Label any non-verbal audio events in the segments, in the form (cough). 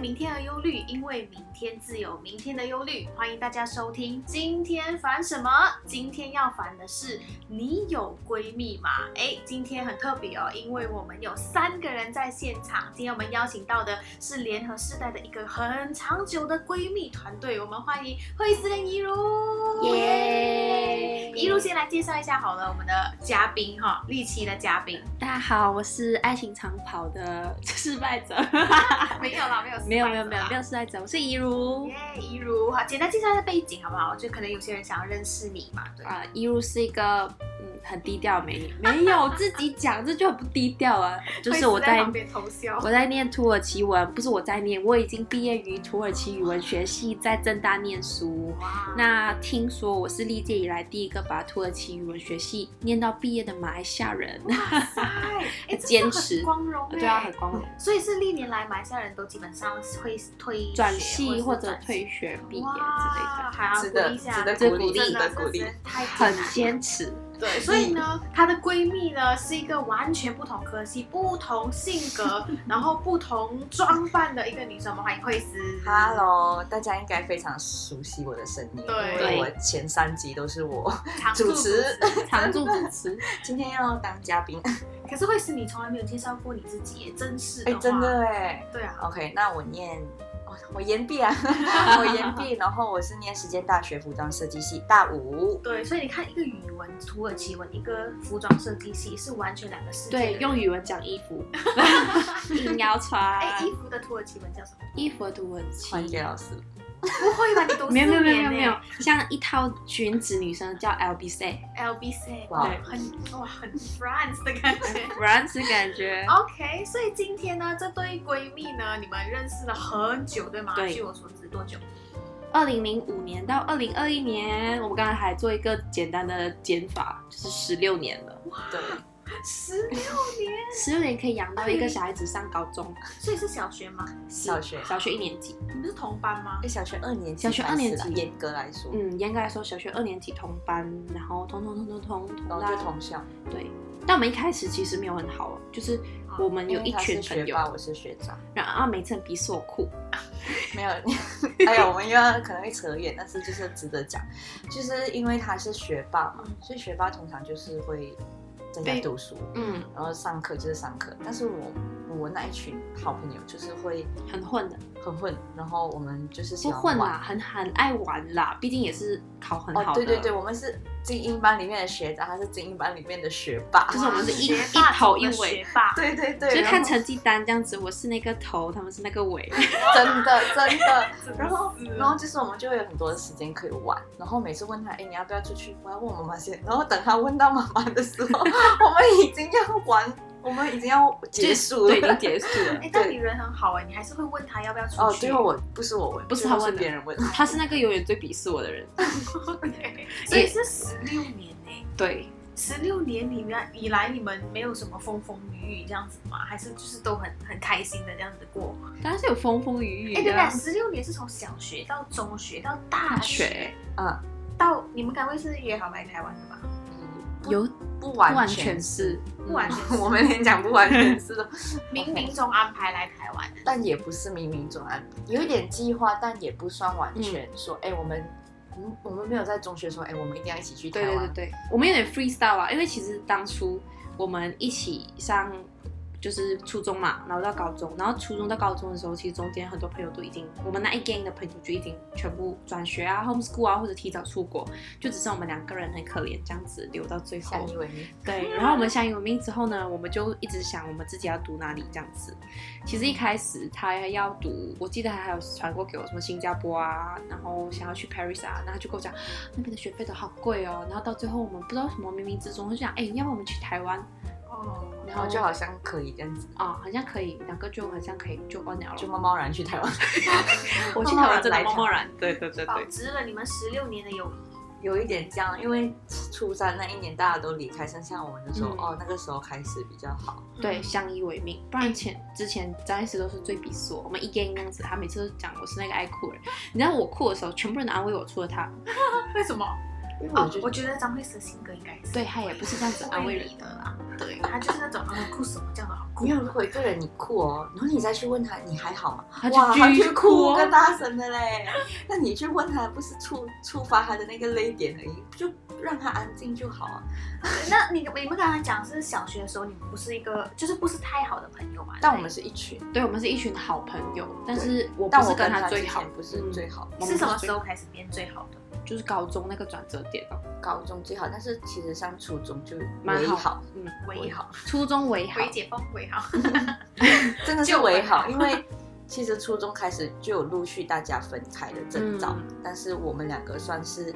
明天而忧虑，因为明天自有明天的忧虑。欢迎大家收听，今天烦什么？今天要烦的是你有闺蜜吗？哎，今天很特别哦，因为我们有三个人在现场。今天我们邀请到的是联合世代的一个很长久的闺蜜团队，我们欢迎惠思跟怡如。耶怡如先来介绍一下好了，我们的嘉宾哈，历奇的嘉宾。大家好，我是爱情长跑的 (laughs) 失败 (laughs) 者，没有啦，没有，没有没有没有没有。有失败者，我是怡如耶，怡如，好，简单介绍一下背景好不好？就可能有些人想要认识你嘛，对。啊，怡、如是一个嗯很低调的美女，没有自己讲这就很不低 (laughs) 调啊，就是我会死在旁边偷笑。我在念土耳其文，不是我在念，我已经毕业于土耳其语文学系，在正大念书。哇那听说我是历届以来第一个把土耳其语文学系念到毕业的马来西 (laughs) 亚人，哇塞， (laughs) 哎，坚持这是很光荣，哎对啊，很。光荣。所以是历年来马来西亚人都基本上是会退转学系或或是者转退学毕业之类哇的，还要值鼓得励一下，值得鼓励真的值得鼓励这真的太很难了坚嗯持。对，所以呢，她的闺蜜呢是一个完全不同科系、不同性格，然后不同装扮的一个女生。我们欢迎惠斯。 Hello，大家应该非常熟悉我的声音，对因为我前三集都是我 (laughs) 常驻主持。常驻主持，今天要当嘉宾，可是惠斯，你从来没有介绍过你自己耶，真是哎、话真的。哎对啊， ，OK，那我念。我我延毕 (laughs) 啊，我延毕，然后我是念时间大学服装设计系大五，对，所以你看，一个语文土耳其文，一个服装设计系是完全两个世界的对，人。用语文讲衣 (laughs) 服，硬要穿哎，衣服的土耳其文叫什么？衣服的图文还给期。老师。不会吧？你读四没有年没有呢没有没有，像一套裙子，女生叫 LBC， ，LBC，哇对很哇很 France 的感觉。 (laughs) 不然是感觉 OK，所以今天呢，这对闺蜜呢，你们认识了很久，对吗？对据我所知，多久？ (laughs) 二零零五年到二零二一年，我们刚才还做一个简单的减法，就是十六年了，对，十六年，十六年可以养到一个小孩子上高中，所以是小学吗？小学，小学一年级，你们是同班吗哎，？小学二年级，小学二年级严格来说，嗯，严格来说，小学二年级同班，然后同同同同同同然后到就同校，对，但我们一开始其实没有很好，就是我们有一因为他是群朋学友，霸，我是学长，然后啊每次很比我酷， (laughs) 没有，哎呀，我们又要可能会扯远，但是就是值得讲，就是因为他是学霸嘛嗯，所以学霸通常就是会在家被读书，嗯，然后上课就是上课。但是我我那一群好朋友就是会很混的，很混，然后我们就是喜不欢混玩啦，很很爱玩啦，毕竟也是考很好的，哦，对对对，，我们是精英班里面的学长，他是精英班里面的学霸。就是我们是一哇学霸一头中的一尾学霸。 (laughs) 对对对，就是看然后成绩单这样子，我是那个头，他们是那个尾，真的真的，真的然后是然后就是我们就会有很多的时间可以玩，然后每次问他，哎，你要不要出去？我要问我妈妈先，然后等他问到妈妈的时候， (laughs) 我们已经要玩，我们已经要结束对，已了经。结束了。 (laughs) 哎，但你人很好哎，你还是会问他要不要出哦，去。最后我不是我问，不是最他后问的别人问。他 (laughs) 是那个永远最鄙视我的人， (laughs) 对，所以是十六年哎，对，十六年里面以来，你们没有什么风风雨雨这样子吗？还是就是都很很开心的这样子过？当然是有风风哎，雨雨对的对，啊。十六年是从小学到中学到大大学学嗯，到你们该不会是约好来台湾的吧？不有不不完完全是，嗯不完全是 (laughs) 我们连讲不完全是 (laughs) 的，冥 OK 冥中安排来台湾。但也不是冥冥中安排，有一点计划，但也不算完嗯全说，哎、我们我们我们没有在中学说，哎、我们一定要一起去对台对湾。对对，我们有点 freestyle 啊，因为其实当初我们一起上就是初中嘛，然后到高中，然后初中到高中的时候，其实中间很多朋友都已经，我们那一 gang 的朋友就已经全部转学啊、homeschool 啊，或者提早出国，就只剩我们两个人很可怜这样子留到最后相。依为哦命，对，然后我们相依为命之后呢，我们就一直想我们自己要读哪里这样子。其实一开始他要读，我记得他还有传过给我什么新加坡啊，然后想要去 Paris 啊，然后他就跟我讲那边的学费都好贵哦。然后到最后我们不知道什么冥冥之中他就讲，哎，要不我们去台湾？哦，然然后后就好像可以这样子，啊、好像可以，两个就好像可以就忘了了。就贸贸然去台湾。我去台湾真的来默台默啊然，对对对保对，值了你们十六年的友谊。有一点这样，因为初三那一年大家都离开，剩下我们的时候，嗯哦，那个时候开始比较好。对，相依为命，不然前之前张医师都是最鄙视我，我们一 gang 那样子，他每次都讲我是那个爱哭的人。你知道我哭的时候，全部人都安慰我，除了他，为什么？因为哦，觉我得觉得张惠慈的性格应该是对他也不是这样子安慰人你的啦。对他就是那种啊酷什么这样的好酷没，有，如果一个人你酷哦，然后你再去问他你还好吗？他哇，他巨去哭啊哦跟大声的嘞。那你去问他，不是触触发他的那个泪点而已，就让他安静就好啊。那你你们刚才讲是小学的时候，你们不是一个就是不是太好的朋友嘛？但我们是一群，对我们是一群好朋友，但是我不但是我跟他最之好，前不是嗯最好的，我们是什么最时候开始变最好的？就是高中那个转折点啊，高中最好，但是其实上初中就蛮为好，好，嗯，为好，初中为好，为解放为好，真的是就为为好，好因为其实初中开始就有陆续大家分开的征兆，嗯但是我们两个算是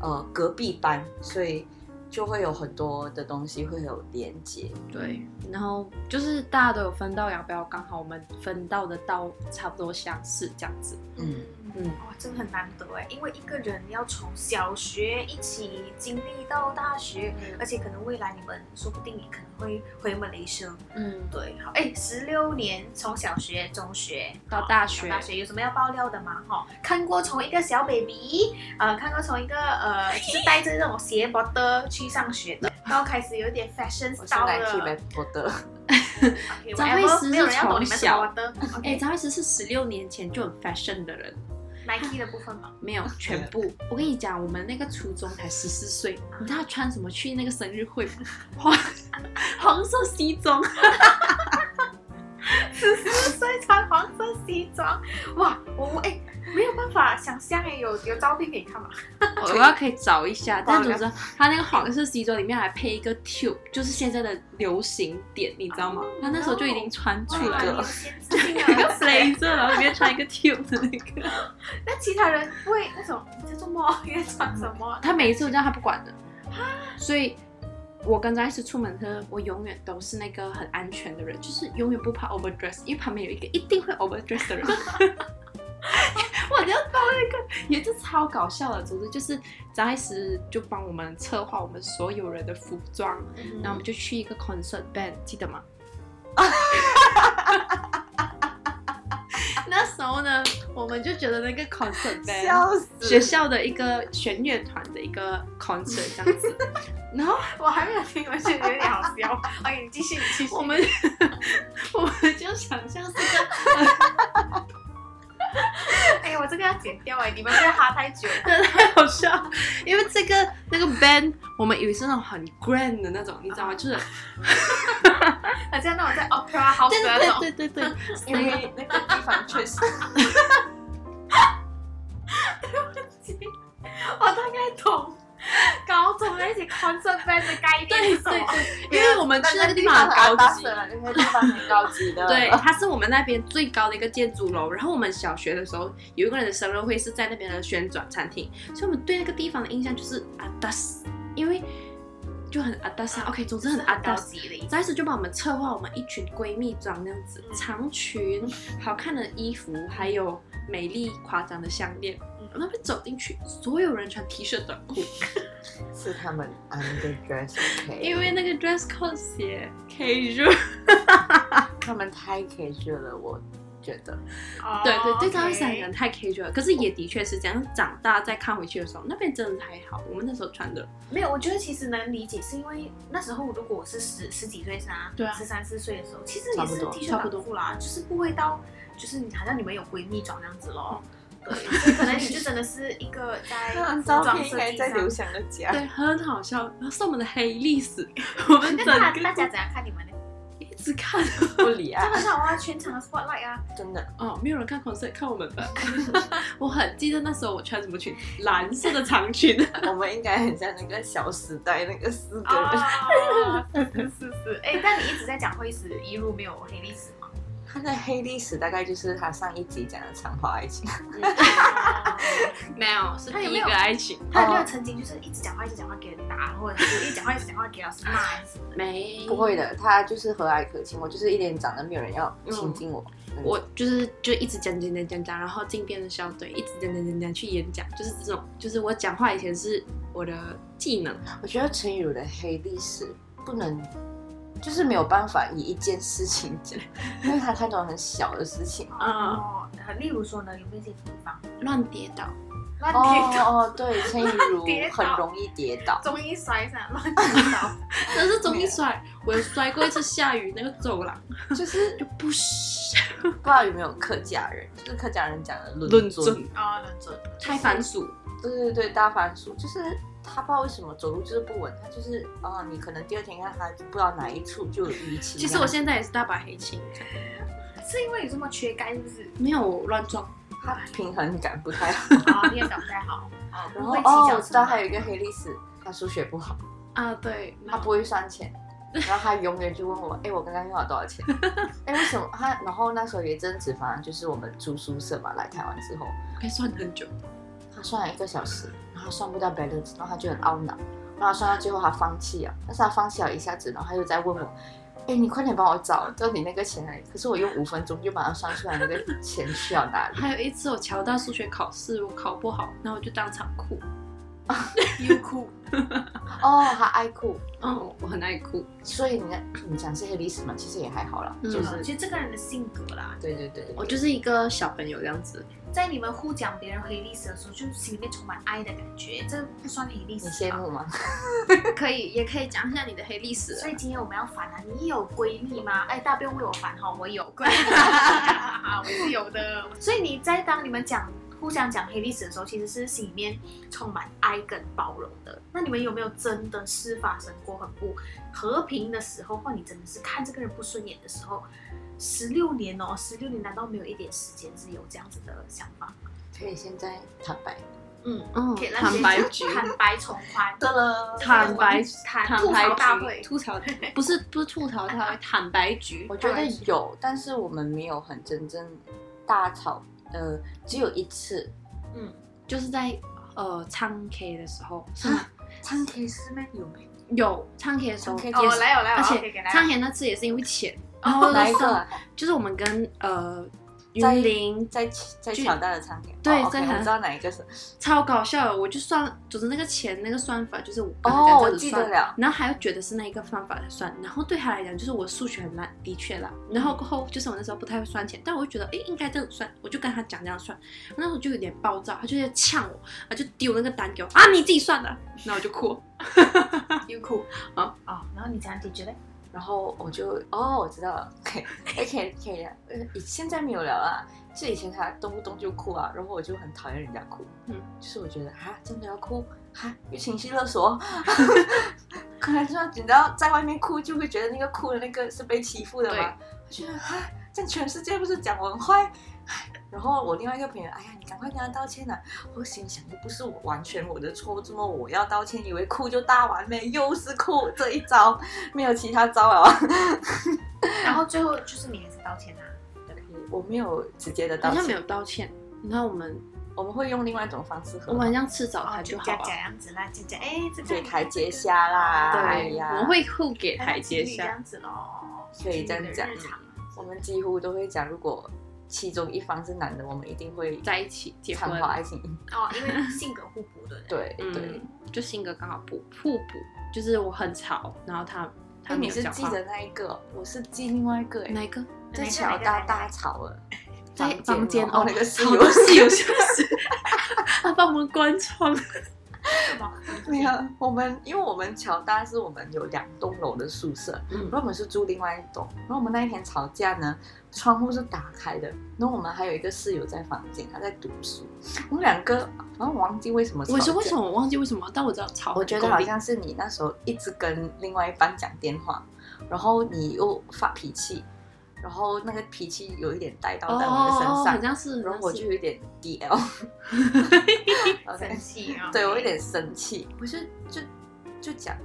呃隔壁班，所以就会有很多的东西会有连接。对，然后就是大家都有分到要不要，刚好我们分到的道差不多相似这样子，嗯，嗯哇，真的很难得哎，因为一个人要从小学一起经历到大学，而且可能未来你们说不定也可能会回门雷声。嗯，对，好，哎，十六年从小学、中学到好大学大学有什么要爆料的吗？哈，看过从一个小 baby，呃，看过从一个 (laughs) 呃，就是带着那种斜脖的去上学的，然后开始有点 fashion 我是 style Nike 了 b。a (laughs) 的， OK，张 whatever，惠思是没有人要懂你们从什小么的。 (laughs) 哎、 OK，张惠思是十六年前就很 fashion 的人， Nike 的部分 (laughs) 嘛，没有全部。我跟你讲，我们那个初中才十四岁，你知道她穿什么去那个生日会吗？ (laughs) 黄黄色西装，所以穿黄色西装，哇，我我哎、没有办法想象哎，有有照片可以看吗？(laughs) 我要可以找一下。但好总的之，她那个黄色西装里面还配一个 tube，就是现在的流行点，你知道吗？她那时候就已经穿出哇，了有先进 (laughs) 一个啊！ blazer，然后里面穿一个 tube 的那个。那其他人不会那种你在做梦，你在穿什么？他每一次都这样，他不管的。所以，我跟张医师出门的时候，我永远都是那个很安全的人，就是永远不怕 overdress，因为旁边有一个一定会 overdress (laughs) 的人。我就到那个，也是超搞笑的。总之就是张医师就帮我们策划我们所有人的服装，然后我们就去一个 concert band，记 (laughs) 得吗？那时候呢，我们就觉得那个 concert band 笑死！学校的一个弦乐团的一个 concert 这样子，然后我还没有听，我觉得有点好笑。OK，你继 (laughs) 续，你继续。我们我们就想象是个哎、我这个要剪掉哎、你们不要哈太久。真的太好笑，因为这个那个 band 我们以为是那种很 grand 的那种，你知道吗？就是哦好像那种在 opera house 对的那种，对对对对，因为那个地方确实，我大概懂高中那些 concert band 的概念对是什对么。对， (laughs) 因为我们去 (laughs) 那个地地方方很很高高级级，，那个地方很高级嗯的。对，它是我们那边最高的一个建筑楼。然后我们小学的时候，有一个人的生日会是在那边的旋转餐厅，所以我们对那个地方的印象就是阿达斯，因为就很阿达斯。OK，总啊之很阿达高斯。哦级的一再次就帮我们策划我们一群闺蜜装那样子，嗯长裙、好看的衣服，还有美丽夸张的项链。嗯然后就走进去，所有人穿 T 恤短 (laughs) 裤， (laughs) 是他们 underdress，OK 因为那个 dress code 写 casual。他们太 casual 了，我觉得。哦对对对，张惠 OK 思很人太 casual，了可是也的确是这样。长大再看回去的时候，那边真的还好。我们那时候穿的，没有，我觉得其实能理解，是因为那时候如果我是十十几岁啥，对啊十三四岁的时候，其实差也不是多 T 恤差不短多裤啦，就是不会到，就是你好像你们有闺蜜装那样子咯。对，所以可能你就真的是一个在服装设计上。想的 (laughs) 家对，很好笑。然后是我们的黑历史，我们那整大个大家怎样看你们呢？ (laughs) 一直看。不理真 (laughs) 啊，的很好啊，全场的 spotlight 啊，真的。哦，没有人看 concert，看我们的。 (laughs) 我很记得那时候我穿什么裙，蓝色的长裙。 (laughs) 我们应该很像那个《小时代》那个四个人，啊，是是是是，哎，但你一直在讲会史，一路没有黑历史 (laughs) 吗？ (laughs) 他的黑历史大概就是他上一集讲的长跑爱情。没有，是他有第没一有个爱情。他有没有曾经就是一直讲话一直讲话给人打，或者是一直讲话一直讲话给老师骂还是什么的？没，不会。的，他就是和蔼可亲，我就是一脸长得没有人要亲近我。我就是就一直讲讲讲讲讲，然后进辩论校队，一直讲讲讲讲去演讲，就是这种，就是我讲话以前是我的技能。我觉得陈雨茹的黑历史不能，就是没有办法以一件事情讲，因为他看这种很小的事情。嗯哦哦，例如说呢，有没有这些地方？乱跌倒，烂 (laughs) 跌倒，哦哦，对，陈雨跌茹倒很容易跌倒。中医甩伞乱哦跌倒，但是中一甩，我有摔过一次下雨那个走廊，就是就不是不知道有没有客家人，就是客家人讲的论尊尊，啊，认真。太繁琐，对对对，大番薯就是他不知道为什么走路就是不稳，他就是啊、呃你可能第二天看他就不知道哪一处就有淤青。其实我现在也是大把黑青，是因为你这么缺钙，是不是？没有乱撞。他平衡感不 (laughs) 太好。啊，你也长不太好。哦，然不后会哦，我计知道较还有一个黑历史，他数学不好，啊，对，他不会 (laughs) 算钱，然后他永远就问我，哎、我刚刚用了多少钱？哎、为什么他？然后那时候有一阵子，反正就是我们住宿舍嘛，来台湾之后，可以算很久。他算了一个小时，然后算不到 balance，然后他就很懊恼，然后算到最后他放弃了，但是他放弃了一下子，然后他又在问我，哎，你快点帮我找到底那个钱哪里？可是我用五分钟就马上算出来那个钱去了哪 (laughs) 里。还有一次我调到数学考试，我考不好，然后我就当场哭。优酷哦，他爱哭，嗯，我很爱哭。所以你那你讲是黑历史嘛，其实也还好啦，嗯就是哦其实这个人的性格啦，对对对对，我就是一个小朋友这样子。在你们互讲别人黑历史的时候，就心里面充满爱的感觉，这不算黑历你史羡吧？慕吗？可以，也可以讲一下你的黑历史所以今天我们要烦啊！你有闺蜜吗？哎，大家不用为我烦哈，我有 (laughs) 闺蜜，我是有的。所以你在当你们讲互相讲黑历史的时候，其实是心里面充满爱跟包容的。那你们有没有真的是发生过很不和平的时候，或你真的是看这个人不顺眼的时候？十六年哦，十六年难道没有一点时间是有这样子的想 (laughs) 法？所以现在坦白，嗯，嗯可以让坦白局，坦白从宽，得了坦白坦坦吐槽大白局，会吐槽不是不是吐槽他，坦白局。我觉得有，但是我们没有很真正大吵，呃，只有一次，嗯，就是在呃唱 K 的时候，是吗？唱 K 是咩？有没？有唱 K 的时候唱，K 哦，来有来有，嗯而且 OK，给大家唱 K 那次也是因为钱， (laughs) 然后哦哪一就个啊是？就是我们跟呃在云林在在就乔丹的餐厅，对哦，OK，在我很知道哪一个是超搞笑的，我就算，总之那个钱那个算法就是我跟他哦，讲我这样子记算得了，然后还要觉得是那一个方法来算，然后对他来讲就是我数学很烂，的确啦。然后过后就是我那时候不太会算钱，但我就觉得诶应该这样算，我就跟他讲这样算。那时候就有点暴躁，他就在呛我，他就丢那个单给我啊你自己算的，然后我就 (laughs) 哭。优酷啊哦，然后你怎样解决嘞？然后我就哦，我知道了，OK，哎，可以可以了，呃，以现在没有了啊，就以前他动不动就哭啊，然后我就很讨厌人家哭，嗯，就是我觉得啊，真的要哭啊，又情绪勒索，可能说你知道在外面哭就会觉得那个哭的那个是被欺负的嘛，我觉得啊，这样全世界不是讲我很坏。唉然后我另外一个朋友，哎呀，你赶快跟他道歉呐、啊我心想，又不是我完全我的错，怎么我要道歉？以为哭就大完美，又是哭这一招，没有其他招了啊。然后最后就是你还是道歉啊，我没有直接的道好像没歉，有道歉，然后我们我们会用另外一种方式和我们好像吃早餐就哦好哦啊讲讲了，样子啦，讲讲哎，这给个哎台阶下啦。对，哎我们呀，会互给台阶这下。样子咯，可以这样讲情嗯侣的日常我们几乎都会讲，如果其中一方是男的，我们一定会在一起结婚强，化爱情。哦，因为性格互补的人，对哎对嗯，，就性格刚好不互补，就是我很吵，然后他他哎，没你有是讲记话。得那一个，我是记另外一个，哎哪一个？在哪一个啊乔大大吵了，在房间哦哦，那个室好友多室友 (laughs) 消 (laughs) 失，他帮我们关窗。什 (laughs) 么？没有，我们因为我们乔大是我们有两栋楼的宿舍，然后我们是住另外一栋，然后我们那一天吵架呢，窗户是打开的，然后我们还有一个室友在房间，他在读书，我们两个，然后我忘记为什么吵架，我是为什么我忘记为什么，但我知道吵很我觉得够好力像是你那时候一直跟另外一半讲电话，然后你又发脾气，然后那个脾气有一点带到在我的身哦，上好，像是，然后我好像就是有一点 (laughs) DL，生气啊？ (laughs) 对我有点生气，我就就就讲，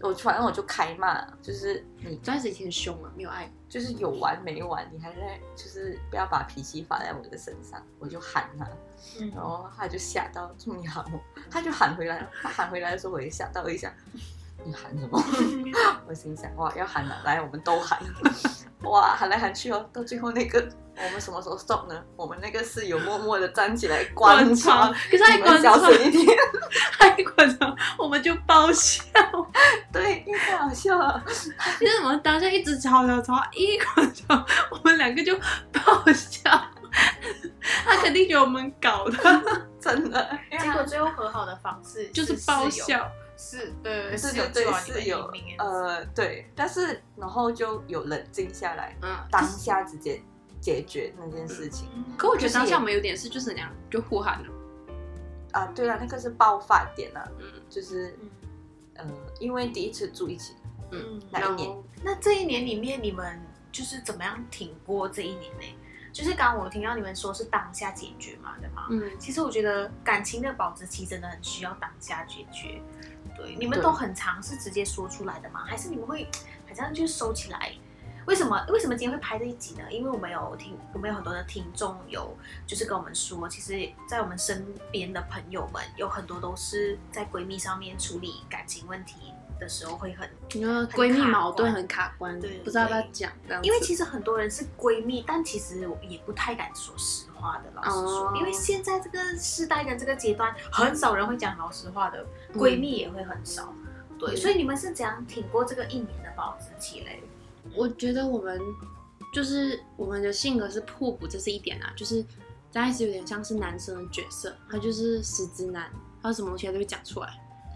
我反正我就开骂，就是你段时间凶啊，没有爱，就是有完没完，你还在就是不要把脾气发在我的身上，我就喊他，嗯 (laughs) 然后他就吓到，说你喊我，他就喊回来，他喊回来的时候我也吓到一下，你喊什么？ (laughs) 我心想哇要喊了，来我们都喊， (laughs) 哇喊来喊去哦，到最后那个。我们什么时候 stop 呢？我们那个室友默默的站起来关窗，可是还你们关小窗， (laughs) 声一点。 (laughs) 还关窗，我们就爆笑。对，因为太好笑了。就是我们当下一直吵吵吵，一关窗，我们两个就爆笑。他肯定觉得我们搞的，真的，因为 (laughs) 结他果最后和好的方式就是爆包笑，笑，是呃室室友友对救完你室们友一命，呃，对，但是然后就有冷静下来，嗯，当下直接解决那件事情嗯可我觉就得是当也下我们有点事，就是那样就互喊了，啊。对了，那个是爆发点啊，嗯就是嗯呃，因为第一次住一起，嗯哪一然年后那这一年里面，你们就是怎么样挺过这一年呢？就是刚刚我听到你们说是当下解决嘛，对吗？嗯，其实我觉得感情的保质期真的很需要当下解决。对，你们对都很常是直接说出来的吗？还是你们会好像就收起来？为什么？为什么今天会拍这一集呢？因为我们有听，我们有很多的听众有就是跟我们说，其实，在我们身边的朋友们有很多都是在闺蜜上面处理感情问题的时候会很你说卡闺蜜矛盾关很卡关，对不知道要不要对讲这样子，因为其实很多人是闺蜜，但其实也不太敢说实话的。老实说，哦因为现在这个时代跟这个阶段，很少人会讲老实话的，嗯闺蜜也会很少。对，嗯所以你们是怎样挺过这个一年的保质期嘞？我觉得我们就是我们的性格是互补，这是一点啊，就是张一直有点像是男生的角色，他就是死直男，他什么东西他都会讲出来，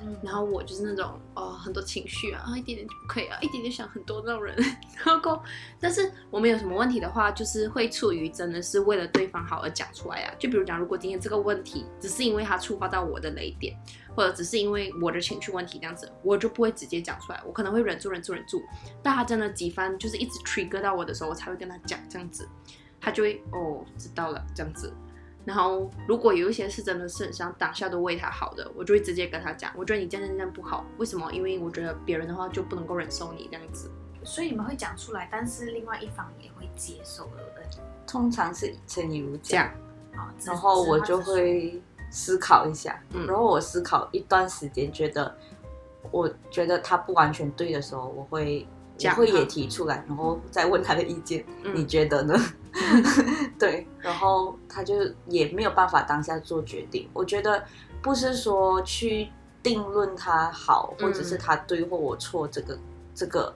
嗯然后我就是那种哦很多情绪啊，啊一点点就不可以啊，一点点想很多那种人， (laughs) 然后够，但是我们有什么问题的话，就是会处于真的是为了对方好而讲出来啊，就比如讲，如果今天这个问题只是因为他触发到我的雷点，或者只是因为我的情绪问题这样子，我就不会直接讲出来，我可能会忍住忍住忍住，但他真的几番就是一直 trigger 到我的时候，我才会跟他讲这样子，他就会哦知道了这样子。然后如果有一些是真的是很想当下都为他好的，我就会直接跟他讲，我觉得你这样这样这样不好，为什么？因为我觉得别人的话就不能够忍受你这样子。所以你们会讲出来，但是另外一方也会接受，对不对？通常是以前你如这样，啊，只然后我就，只是会思考一下，嗯然后我思考一段时间，觉得我觉得他不完全对的时候，我会我讲会他也提出来，然后再问他的意见，你嗯，觉得呢？ (laughs) 对，然后他就也没有办法当下做决定。我觉得不是说去定论他好，或者是嗯他对或我错，这个这个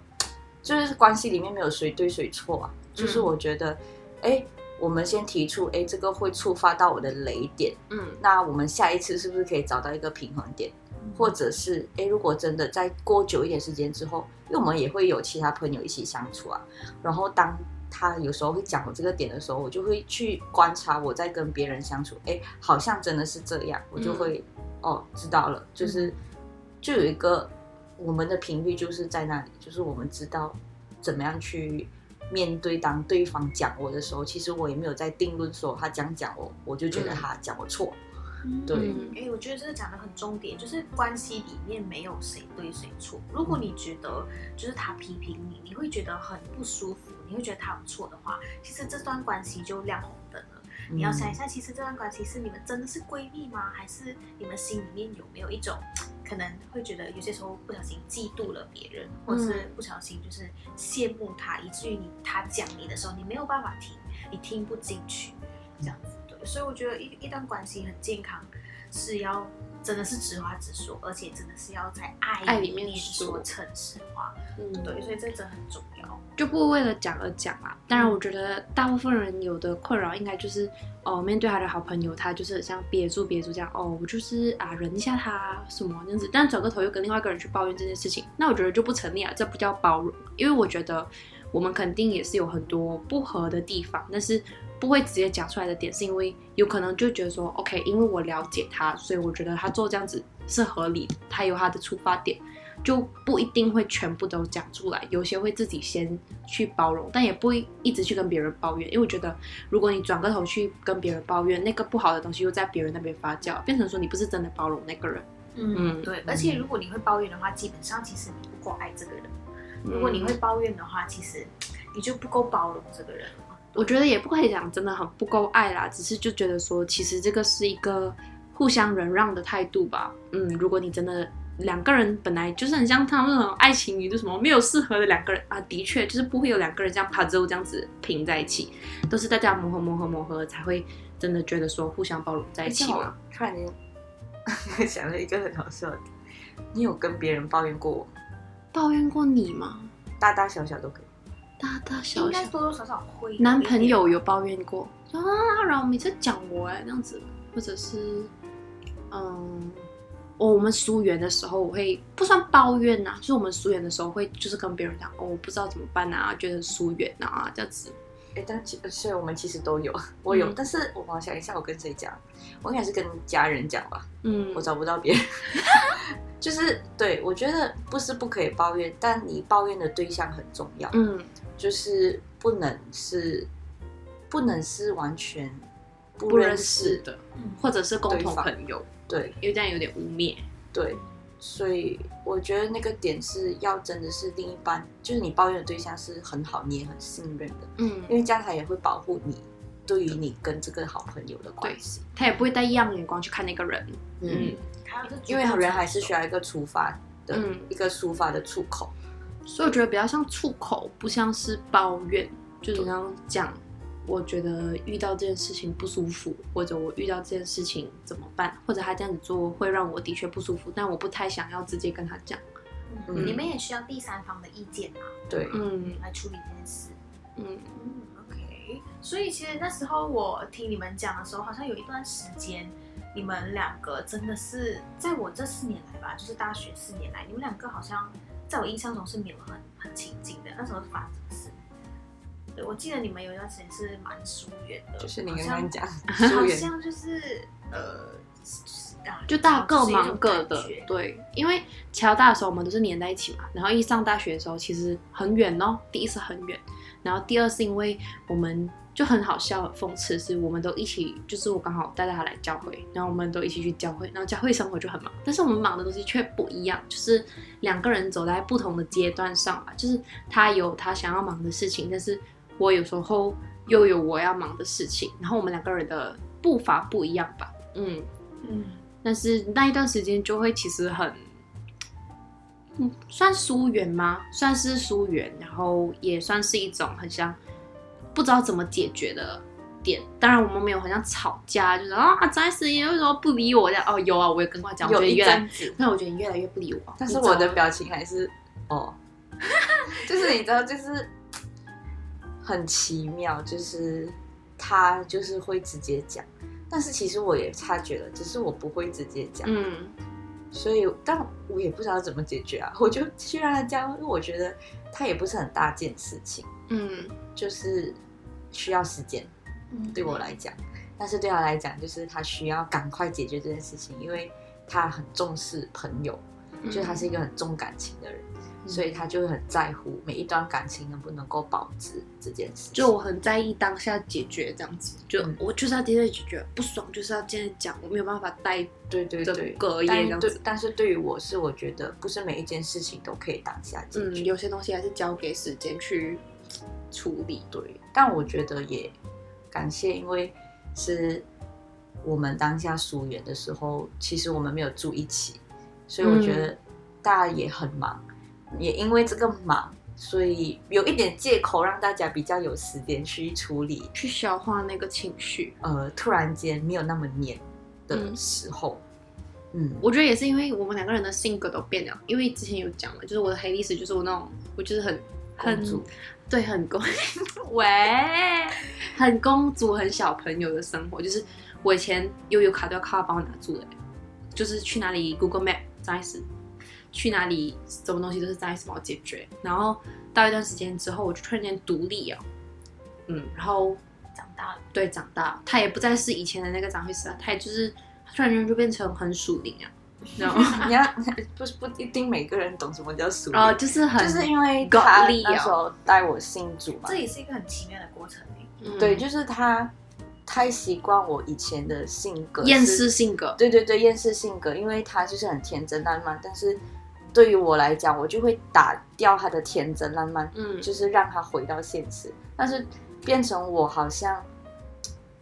就是关系里面没有谁对谁错啊。就是嗯我觉得，哎、我们先提出，哎，这个会触发到我的雷点，嗯那我们下一次是不是可以找到一个平衡点？嗯或者是诶，如果真的再过久一点时间之后，因为我们也会有其他朋友一起相处啊，然后当他有时候会讲我这个点的时候，我就会去观察我在跟别人相处，诶，好像真的是这样，我就会、嗯哦知道了，就是就有一个我们的频率就是在那里，就是我们知道怎么样去。面对当对方讲我的时候，其实我也没有在定论说他讲讲我，我就觉得嗯他讲我错，嗯对嗯哎、我觉得这个讲的很重点，就是关系里面没有谁对谁错。如果你觉得就是他批评你，你会觉得很不舒服，你会觉得他有错的话，其实这段关系就亮红灯了。你要想一嗯下，其实这段关系是你们真的是闺蜜吗？还是你们心里面有没有一种可能会觉得有些时候不小心嫉妒了别人，或嗯是不小心就是羡慕他，以至于你他讲你的时候，你没有办法听，你听不进去，这样子对。所以我觉得一一段关系很健康，是要真的是直话直说，而且真的是要在爱爱里里面面说说诚实话，嗯，对，所以这真的很重要。就不为了讲而讲啦。当然，我觉得大部分人有的困扰应该就是，哦，面对他的好朋友，他就是像憋住憋住这样，哦，我就是啊忍一下他啊什么这样子，但转个头又跟另外一个人去抱怨这件事情，那我觉得就不成立啊，这不叫包容，因为我觉得我们肯定也是有很多不合的地方，但是。不会直接讲出来的点，是因为有可能就觉得说，OK，因为我了解他，所以我觉得他做这样子是合理的，他有他的出发点，就不一定会全部都讲出来，有些会自己先去包容，但也不会一直去跟别人抱怨，因为我觉得如果你转个头去跟别人抱怨，那个不好的东西又在别人那边发酵，变成说你不是真的包容那个人。嗯对。而且如果你会抱怨的话，基本上其实你不够爱这个人。如果你会，嗯抱怨的话，其实你就不够包容这个人了。我觉得也不可以讲真的很不够爱啦，只是就觉得说，其实这个是一个互相忍让的态度吧。嗯，如果你真的。两个人本来就是很像他们那种爱情里就什么没有适合的两个人啊，的确就是不会有两个人这样 puzzle 这样子拼在一起，都是大家磨合磨合磨合才会真的觉得说互相包容在一起嘛。我突然间 (laughs) 想了一个很好笑的，你有跟别人抱怨过我？抱怨过你吗？大大小小都可以。大大小应小该多多少少会有一点男朋友有抱怨过，说啊，然后每次讲我哎、这样子，或者是嗯，我我们疏远的时候，我会不算抱怨呐、就是我们疏远的时候会就是跟别人讲，哦，我不知道怎么办啊，觉得疏远啊这样子。哎，但其虽然我们其实都 (laughs) 有，我有，嗯但是我想一下，我跟谁讲？我应该是跟家人讲吧，嗯我，找不到别人。 (laughs) 就是对我觉得不是不可以抱怨，但你抱怨的对象很重要，嗯就是不能是不能是完全不不认认识识，的，嗯，或者是共同对方朋友，对因为这样有点污蔑。对。所以我觉得那个点是要真的是另一半，就是你抱怨的对象是很好，你也很信任的，嗯因，为这样他也会保护你对于你跟这个好朋友的关系。他也不会带异样眼光去看那个人。嗯还有就是因为人还是需要一个出发的、嗯一个抒发的出口。所以我觉得比较像出口，不像是抱怨。就是你刚刚讲，我觉得遇到这件事情不舒服，或者我遇到这件事情怎么办，或者他这样子做会让我的确不舒服，但我不太想要直接跟他讲。嗯你们也需要第三方的意见啊，对，嗯来处理这件事。嗯，嗯，OK。所以其实那时候我听你们讲的时候，好像有一段时间，你们两个真的是在我这四年来吧，就是大学四年来，你们两个好像在我印象中是没有很很亲近的。那时候是发生什么事？对，我记得你们有一段时间是蛮疏远的，就是你好刚像 (laughs) 刚讲好疏远，像就是呃，就是啊就大家各就是一忙种各感的觉。对，因为乔大的时候我们都是黏在一起嘛，然后一上大学的时候其实很远哦，第一是很远，然后第二是因为我们就很好笑、很讽刺，是我们都一起，就是我刚好带他来教会，然后我们都一起去教会，然后教会生活就很忙，但是我们忙的东西却不一样，就是两个人走在不同的阶段上吧，就是他有他想要忙的事情，但是我有时候又有我要忙的事情，然后我们两个人的步伐不一样吧，嗯，嗯，但是那一段时间就会其实很，嗯，算疏远吗？算是疏远，然后也算是一种很像不知道怎么解决的点。当然我们没有很像吵架，就是啊，张爱思为什么不理我？这样哦，有啊，我也跟他讲，我觉有得一越来阵，子，那我觉得你越来越不理我。但你是怎么我的表情还是哦， (laughs) 就是你知道，就是很奇妙，就是他就是会直接讲，但是其实我也察觉了，只是我不会直接讲，嗯所以但我也不知道怎么解决啊，我 (laughs) 就去让他讲，因为我觉得他也不是很大件事情，嗯就是需要时间。嗯对我来讲，但是对他来讲，就是他需要赶快解决这件事情，因为他很重视朋友，嗯，就是他是一个很重感情的人，嗯所以他就会很在乎每一段感情能不能够保值这件事情。就我很在意当下解决这样子，就、嗯我就是要今天解决，不爽就是要今天讲，我没有办法带对对着对，隔夜这样但子对，。但是对于我是，我觉得不是每一件事情都可以当下解嗯，决。有些东西还是交给时间去处理。对，但我觉得也感谢，因为是我们当下疏远的时候，其实我们没有住一起，所以我觉嗯得大家也很忙，也因为这个忙，所以有一点借口让大家比较有时间去处理，去消化那个情绪，呃，突然间没有那么黏的嗯时候，嗯，我觉得也是因为我们两个人的性格都变了。因为之前有讲了，就是我的黑历史，就是我那种，我就是很公主很对，很公 (laughs) 喂，哎很公主，很小朋友的生活。就是我以前悠游卡都要靠他帮我拿住的，就是去哪里 Google Map 张爱思，去哪里什么东西都是张爱思帮我解决。然后到一段时间之后，我就突然间独立了，嗯，然后长大了，对，长大，他也不再是以前的那个张惠思了，他也就是他突然间就变成很属灵啊，然 (laughs) 后你要不是不一定每个人懂什么叫疏然后远，就是哦很就是因为他 godly 哦那时候带我信主嘛这，也是一个很奇妙的过程欸嗯对，就是他太习惯我以前的性格，厌世。性格，对对对，厌世性格，因为他就是很天真烂漫，但是对于我来讲，我就会打掉他的天真烂漫，嗯就是让他回到现实。但是变成我好像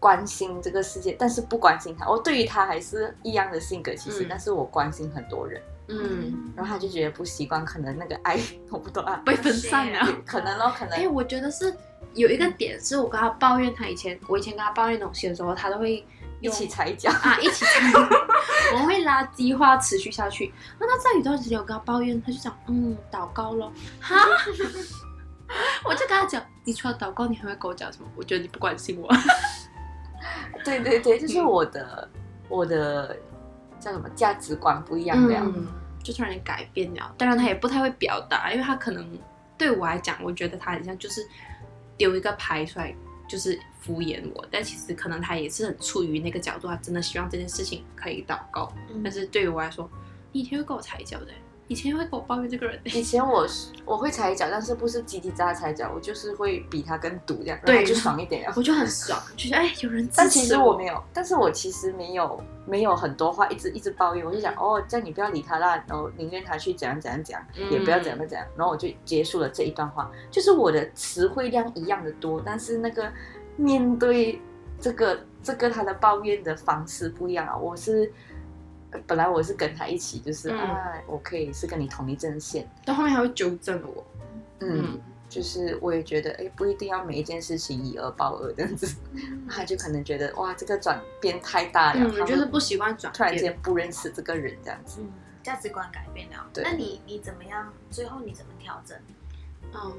关心这个世界，但是不关心他。我对于他还是一样的性格，其实，嗯但是我关心很多人，嗯，然后他就觉得不习惯，可能那个爱 (laughs) 我不懂啊，被分散了。可能咯，可 (laughs) 能。哎、我觉得是有一个点，是我跟他抱怨他以前，我以前跟他抱怨东西的时候，他都会一用起踩 (laughs) 脚，啊，一起参与， (laughs) 我们会拉计划持续下去。那他在一段时间，我跟他抱怨，他就讲，嗯，祷告咯。 (laughs) 哈，我就跟他讲，你除了祷告，你还会跟我讲什么？我觉得你不关心我。嗯对对对，就是我的、我的叫什么价值观不一样了。嗯，就突然间改变了。当然，他也不太会表达，因为他可能对我来讲，我觉得他很像就是丢一个牌出来，就是敷衍我。但其实可能他也是很出于那个角度，他真的希望这件事情可以祷告。嗯但是对于我来说，你以前会跟我踩脚的，以前会跟我抱怨这个人。以前我是我会踩脚，但是不是叽叽喳喳踩脚，我就是会比他更毒这样，对然后就爽一点呀。我就很爽，就是哎，有人但支其持实我没有，但是我其实没有没有很多话一直一直抱怨，我就想哦，这样你不要理他啦，然后宁愿他去怎样怎样怎样，嗯也不要怎样怎样，然后我就结束了这一段话。就是我的词汇量一样的多，但是那个面对这个这个他的抱怨的方式不一样啊。我是呃本来我是跟他一起，就是、嗯啊，我可以是跟你同一阵线，到后面还会纠正我。嗯嗯，就是我也觉得，哎，不一定要每一件事情以恶报恶这样子，他就可能觉得哇，这个转变太大了，嗯他会就是不习惯转变突然间不认识这个人这样子。嗯，价值观改变了。对那你你怎么样？最后你怎么调整？嗯，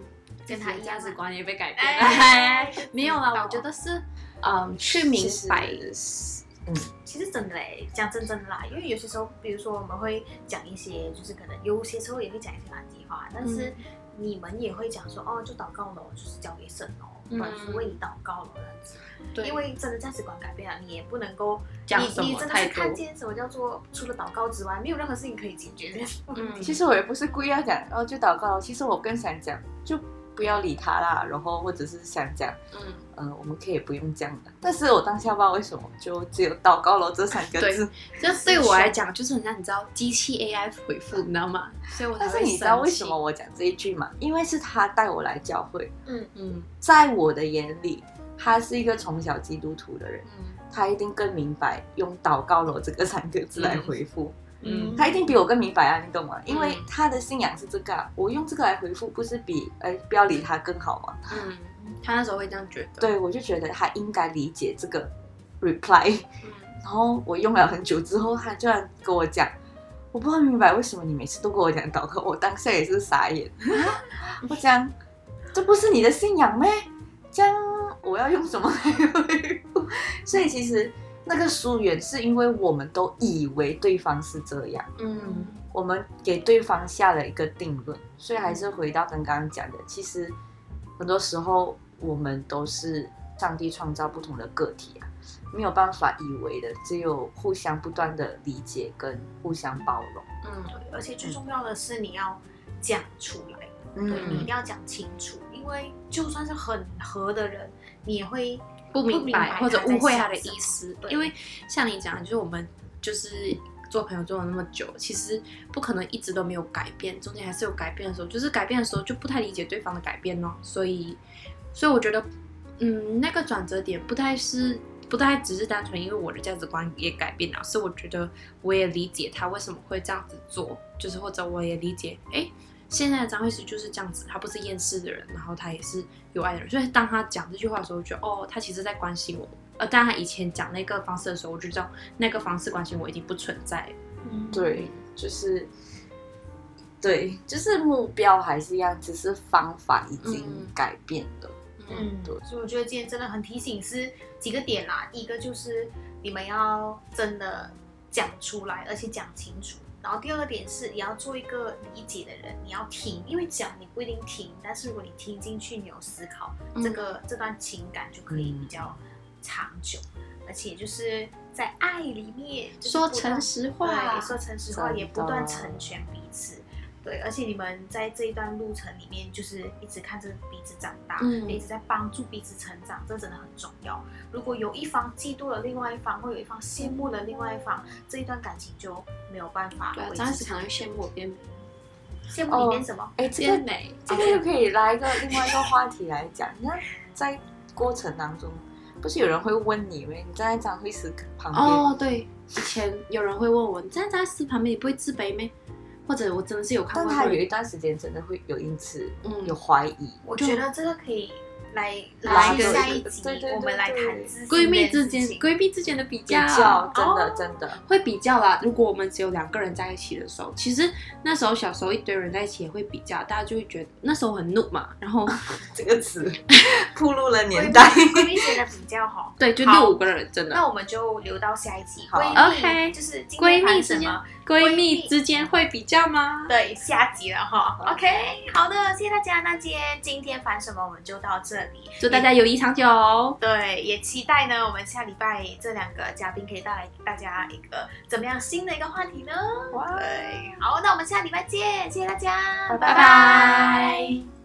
跟他一样价吗值观也被改变了。哎 (laughs) 没有啊啦，我觉得是嗯，去明白其实嗯，其实真的嘞，讲真真的啦，因为有些时候，比如说我们会讲一些，就是可能有些时候也会讲一些垃圾话，但嗯是你们也会讲说，哦，就祷告咯，就是交给神咯，不嗯然就是为你祷告了这样子。对因为真的价值观改变了，你也不能够，讲你什你么真的态是度看见什么叫做除了祷告之外，没有任何事情可以解决这嗯个问题。其实我也不是故意要讲，哦，就祷告。其实我更想讲，就不要理他啦，然后或者是想讲，嗯，呃，我们可以不用这样的。但是我当下不知道为什么，就只有祷告了这三个对字。这对我来讲就是很像你知道机器 AI 回复，你知道吗？所以我才但会是你知道生为气什么？我讲这一句吗？因为是他带我来教会，嗯在我的眼里，他是一个从小基督徒的人，嗯他一定更明白用祷告了这个三个字来回复，嗯他一定比我更明白啊，你懂吗？因为他的信仰是这个、啊，我用这个来回复，不是比呃不要理他更好吗？嗯，他那时候会这样觉得。对，我就觉得他应该理解这个 reply。 (laughs) 嗯，然后我用了很久之后，他居然跟我讲，我不太明白为什么你每次都跟我讲祷告，我当下也是傻眼。 (laughs) 我讲，这不是你的信仰咩？这样我要用什么来回复？ (laughs) 所以其实那个疏远是因为我们都以为对方是这样，嗯我们给对方下了一个定论，所以还是回到刚刚讲的，其实很多时候我们都是上帝创造不同的个体啊，没有办法以为的，只有互相不断的理解跟互相包容。嗯对而且最重要的是你要讲出来。对嗯嗯你一定要讲清楚，因为就算是很合的人，你也会不明白或者误会他的意思对，因为像你讲的，就是我们就是做朋友做了那么久，其实不可能一直都没有改变，中间还是有改变的时候，就是改变的时候就不太理解对方的改变咯，所以，所以我觉得，嗯，那个转折点不太是。不太只是单纯因为我的价值观也改变了，是我觉得我也理解他为什么会这样子做，就是或者我也理解，哎，现在的张惠师就是这样子，他不是厌世的人，然后他也是有爱的人，所以当他讲这句话的时候，我觉得哦，他其实在关心我。呃，但他以前讲那个方式的时候，我就知道那个方式关心我已经不存在了。嗯对，就是对，就是目标还是一样，只是方法已经嗯改变了。嗯，对所以我觉得今天真的很提醒是几个点啦，一个就是你们要真的讲出来，而且讲清楚。然后第二个点是，你要做一个理解的人，你要听，因为讲你不一定听，但是如果你听进去，你有思考，嗯这个这段情感就可以比较长久，而且就是在爱里面就是说不断诚实对，话也，说诚实话，真也不断的成全彼此。对，而且你们在这一段路程里面，就是一直看着彼此长大，嗯一直在帮助彼此成长，这真的很重要。如果有一方嫉妒了另外一方，或有一方羡慕了另外一方，这一段感情就没有办法对啊，维张惠持师长可能会羡慕我变美，久。羡慕里哦面什么？哎，这变个美，这个又可以拉一个另外一个话题来讲。那在过程当中，不是有人会问你喂，你站在张惠师旁边，哦，对，以前有人会问我，你站在师旁边，你不会自卑咩？或者我真的是有看但过他有有人，一段时间真的会有因此嗯有怀疑。我觉得这个可以来拉来个下一集对对对，我们来对谈自信闺蜜这件之间事情闺蜜之间的比比较，较真的哦真的，会比较啦。如果我们只有两个人在一起的时候，其实那时候小时候一堆人在一起也会比较，大家就会觉得那时候很怒嘛，然后。这个词暴露了年代。 (laughs) 闺蜜写的比较好 (laughs) 对，就好六五个人真的那我们就留到下一集。好闺蜜 OK 就是今天闺谈蜜什之间么？闺闺蜜蜜之间会比较吗？对，下集了哈。OK，好的，谢谢大家。那今天今天烦什么，我们就到这里。祝大家友谊长久。对，也期待呢，我们下礼拜这两个嘉宾可以带来大家一个怎么样新的一个话题呢？哇对，好，那我们下礼拜见，谢谢大家，拜拜拜